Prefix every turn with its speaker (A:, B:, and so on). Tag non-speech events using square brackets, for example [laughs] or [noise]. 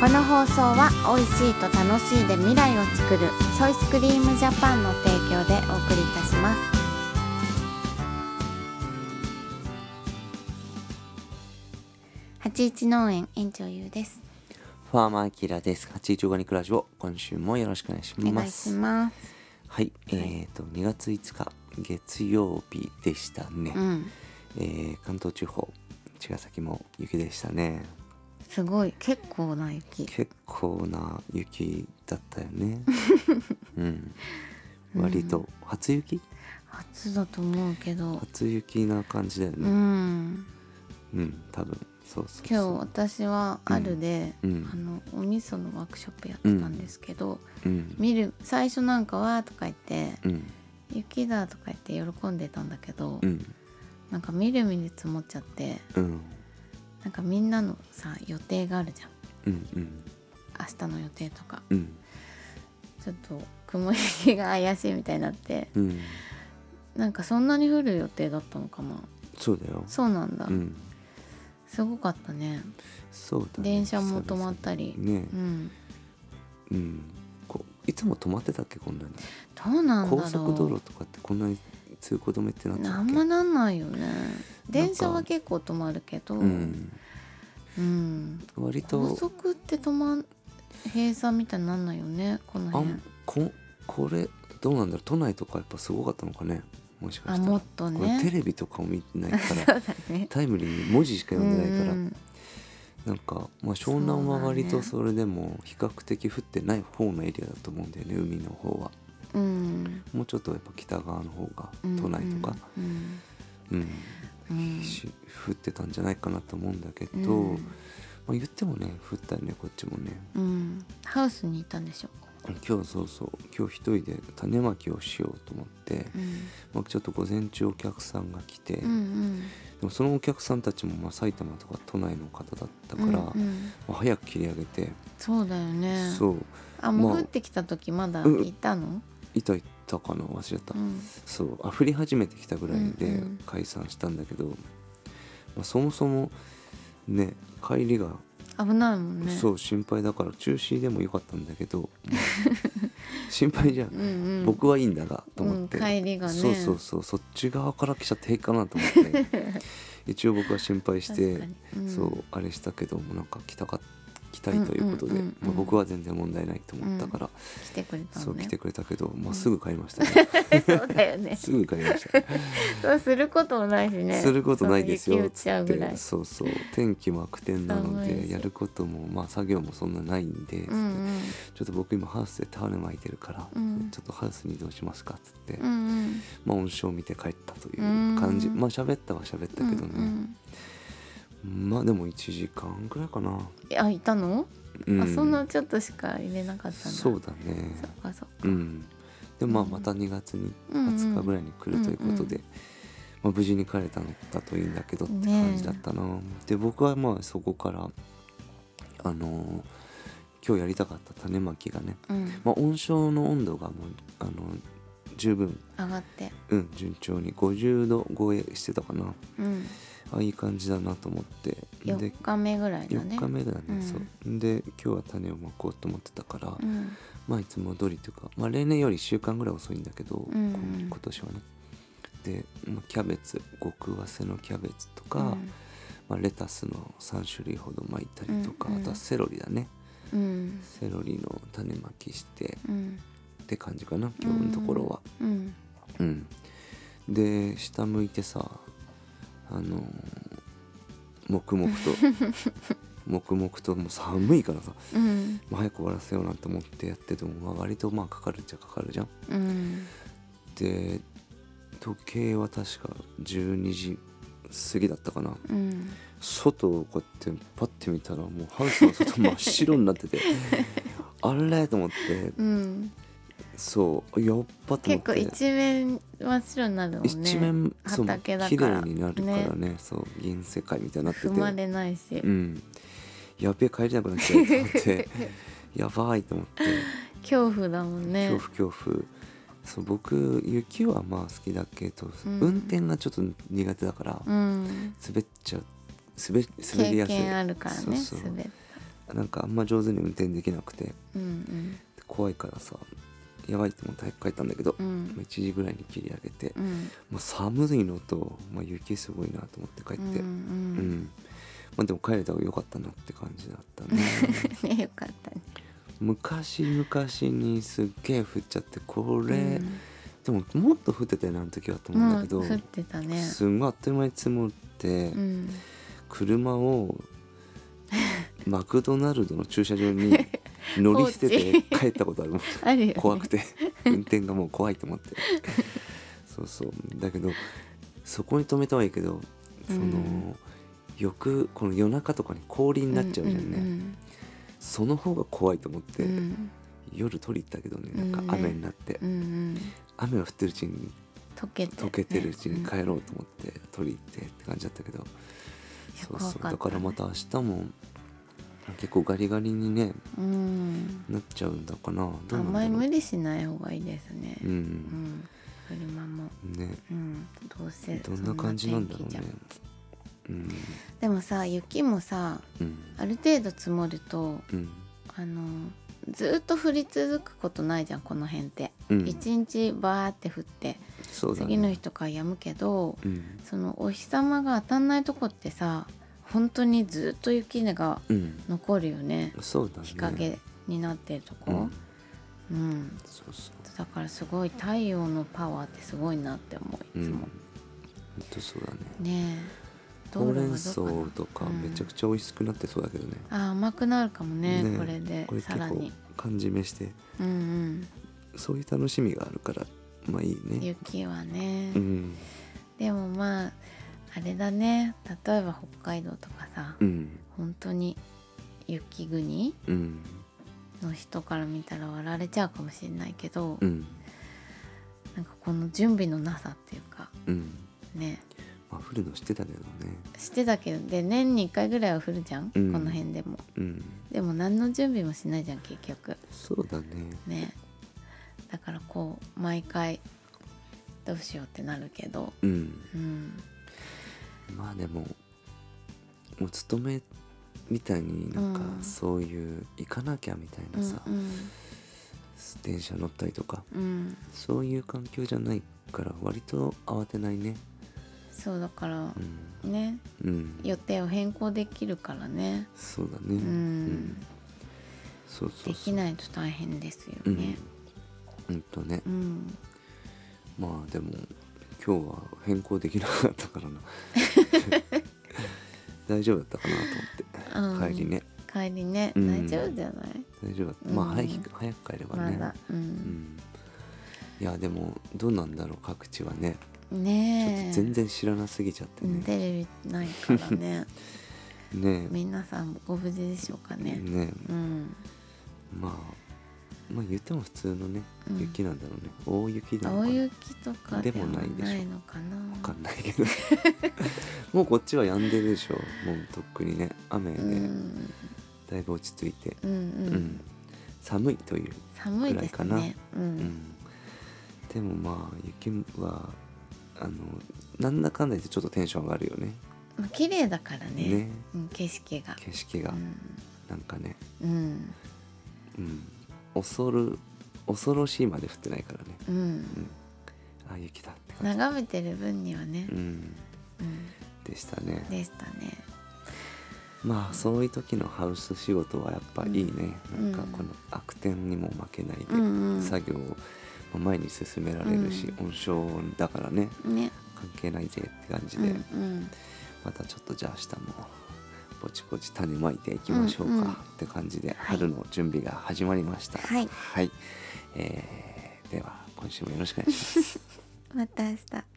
A: この放送は「おいしいと楽しい」で未来を作る「ソイスクリームジャパン」の提供でお送りいたします。八一農園園長ゆうです。
B: ファーマーアキラです。81ニクラジオ、今週もよろしくお願いし
A: お願
B: ま
A: いし
B: す。
A: ます。
B: はい、えっ、と、2月5日、月曜日でしたね。
A: うん、
B: えー関東地方、茅ヶ崎も雪でしたね。
A: すごい結構な雪。
B: 結構な雪だったよ
A: [laughs]
B: ね。うん。割と、初雪
A: 初だと思うけど、
B: 初雪な感じだよ
A: う
B: ね。
A: ん、
B: うん、多分、そうそう
A: 今日
B: そ
A: 私はあるで、
B: うん
A: あのお味噌のワークショップやってたんですけど、
B: う。うん。
A: 見る最初なんかはとか言って
B: うん。
A: 雪だとか言って喜んでたんだけど、
B: うん。
A: なんかみるみる積もっちゃって
B: うん。
A: なんかみんなのさ予定があるじゃん
B: うん。うん。
A: 明日の予定とか
B: うん。
A: ちょっと雲行きが怪しいみたいになって
B: うん。
A: なんかそんなに降る予定だったのかな
B: そうだよ。
A: そうなんだ、
B: うん。
A: すごかったね
B: そうだね。
A: 電車も止まったり、
B: 久々にね。
A: うん
B: うん、こういつも止まってたっけこんなに
A: どうなんだろう
B: 高速道路とかってこんなに通行止めってなってた
A: あ
B: っ
A: ん
B: け
A: まなんないよね電車は結構止まるけど
B: うん、
A: うん
B: 割
A: 高
B: と
A: 速って止まん閉鎖みたいになんないよねこの
B: あ
A: 辺
B: んここれどうなんだろう都内とかやっぱすごかったのかねもしか
A: あ
B: したら
A: もっと
B: これテ
A: ね
B: レビとかも見てないか
A: そう [laughs] だ
B: ら
A: ね
B: タイムリーに文字しか読んでないから、
A: うんうん
B: なんか、まあ、湘南は割とそれでも比較的降ってない方のエリアだと思うんだよね海の方は
A: うん
B: もうちょっとやっぱ北側の方が
A: うん
B: 都内とか、
A: うん
B: うん
A: うん
B: し降ってたんじゃないかなと思うんだけど、
A: うん
B: まあ、言ってもね降ったよねこっちもね
A: うんハウスにいたんでしょ
B: 今日そうそう今日一人で種まきをしようと思って、
A: うん
B: まあ、ちょっと午前中お客さんが来て、
A: うんうん
B: でもそのお客さんたちもまあ埼玉とか都内の方だったから、
A: うんうん
B: まあ、早く切り上げて、
A: そうだよね
B: そう
A: あもう
B: まあ
A: 降ってきた時まだ
B: うん
A: いたの
B: いたいたかな忘れた、
A: うん
B: そうあふり始めてきたぐらい
A: うん
B: で
A: うん
B: 解散したんだけど、まあ、そもそもね帰りが
A: 危ないもんね
B: そう心配だから中止でもよかったんだけど、
A: [laughs]
B: もう心配じゃん、
A: うんうん
B: 僕はいいんだがと思って、
A: うん帰りがね
B: そうそうそうそっち側から来ちゃっていいかなと思って
A: [laughs]
B: 一応僕は心配して
A: 確かにうん
B: そうあれしたけどもなんか来たか来たいということで、
A: うんうんうんうん
B: まあ、僕は全然問題ないと思ったから、
A: 来てくれた
B: そ
A: の
B: う
A: ね
B: 来てくれたけど、まあ、すぐ帰り
A: [laughs]
B: ましたね、
A: そうだよね
B: すぐ帰りました、
A: そうすることもないしね
B: することないですよ
A: そう
B: っ
A: 雪打
B: つ
A: ち合
B: っ
A: うぐら
B: て
A: い
B: そうそう天気も悪天なの
A: 寒い
B: で
A: し
B: やることもまあ作業もそんなないんで、つって
A: うんうん
B: ちょっと僕今ハウスでタオル巻いてるから、
A: うん
B: ちょっとハウスに移動しますかっつって、
A: うん
B: まあ温床を見て帰ったという
A: うん
B: 感じ、まあ喋ったは喋った
A: うん
B: けどね、
A: うん
B: まあでも1時間ぐらいかな、
A: うんあいたの
B: うん、
A: あそんなちょっとしか入れなかったんだ
B: そうだね
A: そっかそっか
B: うんでまあまた2月に
A: うんうん
B: 20日ぐらいに来るということで、まあ、無事に帰れたのだといいんだけどって感じだったな、で僕はまあそこからあのー今日やりたかった種まきがね、
A: うん
B: まあ、温床の温度がもうあの十分
A: 上がって
B: うん順調に50度超えしてたかな
A: うん
B: あいい感じだなと思ってで
A: 4日目ぐらいだね
B: 4日目だね、
A: うん
B: そうで今日は種をまこうと思ってたから、
A: うん
B: まあいつも通りというか、まあ、例年より1週間ぐらい遅いんだけど、
A: んうん
B: こ今年はねで、まあ、キャベツ極わせのキャベツとか、まあ、レタスの3種類ほど巻いたりとか、
A: うんうん
B: あとはセロリだね
A: うん
B: セロリの種まきして
A: うん
B: って感じかな今日のところは。
A: うん
B: うん、で下向いてさあのー黙々
A: [laughs]
B: と黙々ともう寒いからさ
A: うん
B: もう早く終わらせようなんて思ってやってても、まあ、割とまあかかるっちゃかかるじゃん。
A: うん
B: で時計は確か12時過ぎだったかな
A: うん
B: 外をこうやってパッて見たらもうハウスの外真っ白に
A: [laughs]
B: なっててあれと思って
A: うん
B: そうやっぱと思
A: 結
B: って
A: 構一面真っ白になるもんね
B: 一面そう
A: 畑だ
B: 綺
A: から
B: 麗になるからねそう銀世界みたいになってて
A: 踏まれないし、
B: うんやべえ帰れなくなっちゃうと思って [laughs] やばいと思って。
A: 恐怖だもんね
B: 恐怖恐怖そう僕雪はまあ好きだけど、
A: うん
B: 運転がちょっと苦手だから、
A: うん
B: 滑っちゃう滑滑
A: 経
B: りやすい
A: 験あるからね
B: そうそう
A: 滑っ
B: なんかあんま上手に運転できなくて
A: うん
B: 怖いからさやばいってもう体育帰ったんだけど、
A: うん
B: まあ1時ぐらいに切り上げて、
A: うん
B: まあ、寒いのと、まあ、雪すごいなと思って帰っ
A: うん
B: て、
A: う
B: うん
A: ん
B: まあ、でも帰れた方が良かったなって感じだった
A: [laughs]
B: ね
A: ねよかったね
B: 昔々にすっげえ降っちゃってこれ、
A: うん
B: でももっと降ってたよねあの時はと思うん
A: も
B: だ
A: う
B: けど、
A: 降ってたね
B: すんごいあっという間に積もって、
A: うん
B: 車をマクドナルドの駐車場
A: [laughs]
B: に乗り捨てて
A: 放置
B: 帰ったことあるもん
A: あるよね
B: 怖くて [laughs] 運転がもう怖いと思ってそうそうだけどそこに止めたはいいけどその、
A: うん
B: 翌この夜中とかに氷になっちゃうじゃんね、
A: うん
B: その方が怖いと思って、
A: うん
B: 夜取り行ったけどねなんか雨になって、
A: うんうん
B: 雨が降ってるうちに
A: 溶けて
B: 溶けてるうちに帰ろうと思って取り行ってって感じだったけど
A: や
B: そうそ
A: 怖
B: う
A: かった
B: だからまた明日も結構ガリガリにね
A: うん
B: なっちゃうんだかな
A: あ
B: どうなんんだ
A: ま
B: ろ
A: り
B: う
A: 無理しない方がいいですね
B: う
A: うんん車も
B: ね
A: うんどうせ
B: どんな感じなんだろう
A: そ
B: ね
A: んな天気
B: うん
A: じゃんでもさ雪もさ
B: うん
A: ある程度積もると
B: うん
A: あのずっと降り続くことないじゃんこの辺って、
B: うん
A: 一日バーって降って
B: そうだね
A: 次の日とかやむけど、
B: うん
A: そのお日様が当たんないとこってさ本当にずっと雪が
B: うん
A: 残るよね
B: そうだね
A: 日陰になってると
B: う
A: こ
B: ん、
A: うん
B: そうそう
A: だからすごい太陽のパワーってすごいなって思う
B: う
A: いつ
B: ん
A: も
B: 本、当そうだね
A: ねえ
B: ほう
A: 道
B: れ
A: 路
B: ん
A: は
B: 草
A: どうかな
B: とか
A: うん
B: めちゃくちゃ美味しくなってそうだけどね
A: あー甘くなるかもね
B: ね
A: これで
B: これ
A: さ
B: 結
A: ら
B: 構
A: に
B: 缶詰して
A: うんうん
B: そういう楽しみがあるからまあいいね
A: 雪はね、
B: うん
A: でもまああれだね例えば北海道とかさ、
B: うん
A: 本当に雪国
B: うん
A: の人から見たら割られちゃうかもしれないけど、
B: うん
A: なんかこの準備のなさっていうか
B: うん
A: ね
B: まあ降るの知ってたけどね
A: してたけどで年に1回ぐらいは降るじゃん、
B: うん
A: この辺でも
B: うん
A: でも何の準備もしないじゃん結局
B: そうだね
A: ねだからこう毎回どうしようってなるけど
B: うん
A: うん
B: まあでもお勤めみたいになんか
A: うん
B: そういう行かなきゃみたいなさ、
A: うん
B: 電車乗ったりとか
A: うん、うん、
B: そういう環境じゃないから割と慌てないね
A: そうだから
B: うん、
A: ね
B: うん、
A: 予定を変更できるからね
B: そうだ
A: う
B: ね
A: ん、
B: そうそうそう
A: できないと大変ですよ
B: うん
A: ね
B: うんとね
A: うん、
B: まあでも今日は変更できなかっ
A: [laughs]
B: たからな大丈夫だったかなと思って、
A: うん
B: 帰りね
A: 帰りね、
B: うん
A: 大丈夫じゃない
B: 大丈夫だった、
A: うん
B: まあ早く早く帰れば
A: ま
B: ね、
A: だ、う、
B: うんん、いやでもどうなんだろう各地はねちょっ
A: ねえ
B: と全然知らなすぎちゃって
A: うん
B: ね、
A: テレビないから
B: [laughs]
A: ね
B: ね
A: 皆さんご無事でしょうか
B: え
A: ね
B: ね
A: うん
B: えまあまあ言っても普通のね
A: うん
B: 雪なんだろうね、大雪なの
A: 青
B: かなわ
A: 雪とかでもないのかな
B: かんないけ
A: [laughs]
B: どもうこっちは止んでるでしょもうとっくにね雨で、
A: うん
B: だいぶ落ち着いて、
A: うんうん、
B: うん寒いという、
A: 寒いで
B: ぐ
A: す
B: らい
A: ねう、
B: うんん、でもまあ雪はあのなんだかんだ言ってちょっとテンション上がるよね
A: まあ綺麗だからね
B: ね
A: うん、景色が
B: 景色が、なんかね、
A: うんうん、
B: うん、恐る恐ろしいまで降ってないからね、
A: うん
B: うん、あ雪だって感
A: 眺めてる分にはね
B: じ、う、ん、
A: うん、
B: でしたね
A: でしたね
B: まあそういう時のハウス仕事はやっぱいいね、
A: うん
B: なんかこの悪天にも負けないで、
A: うんうん
B: 作業を前に進められるし、温床だからね
A: ね
B: 関係ないぜって感じ
A: う
B: で、
A: んうん
B: またちょっとじゃあ明日もぼちぼち種まいていきましょうか、
A: うんうん
B: って感じで春の準備が始まりました
A: はい
B: えーでは今週もよろしくお願いします
A: また明日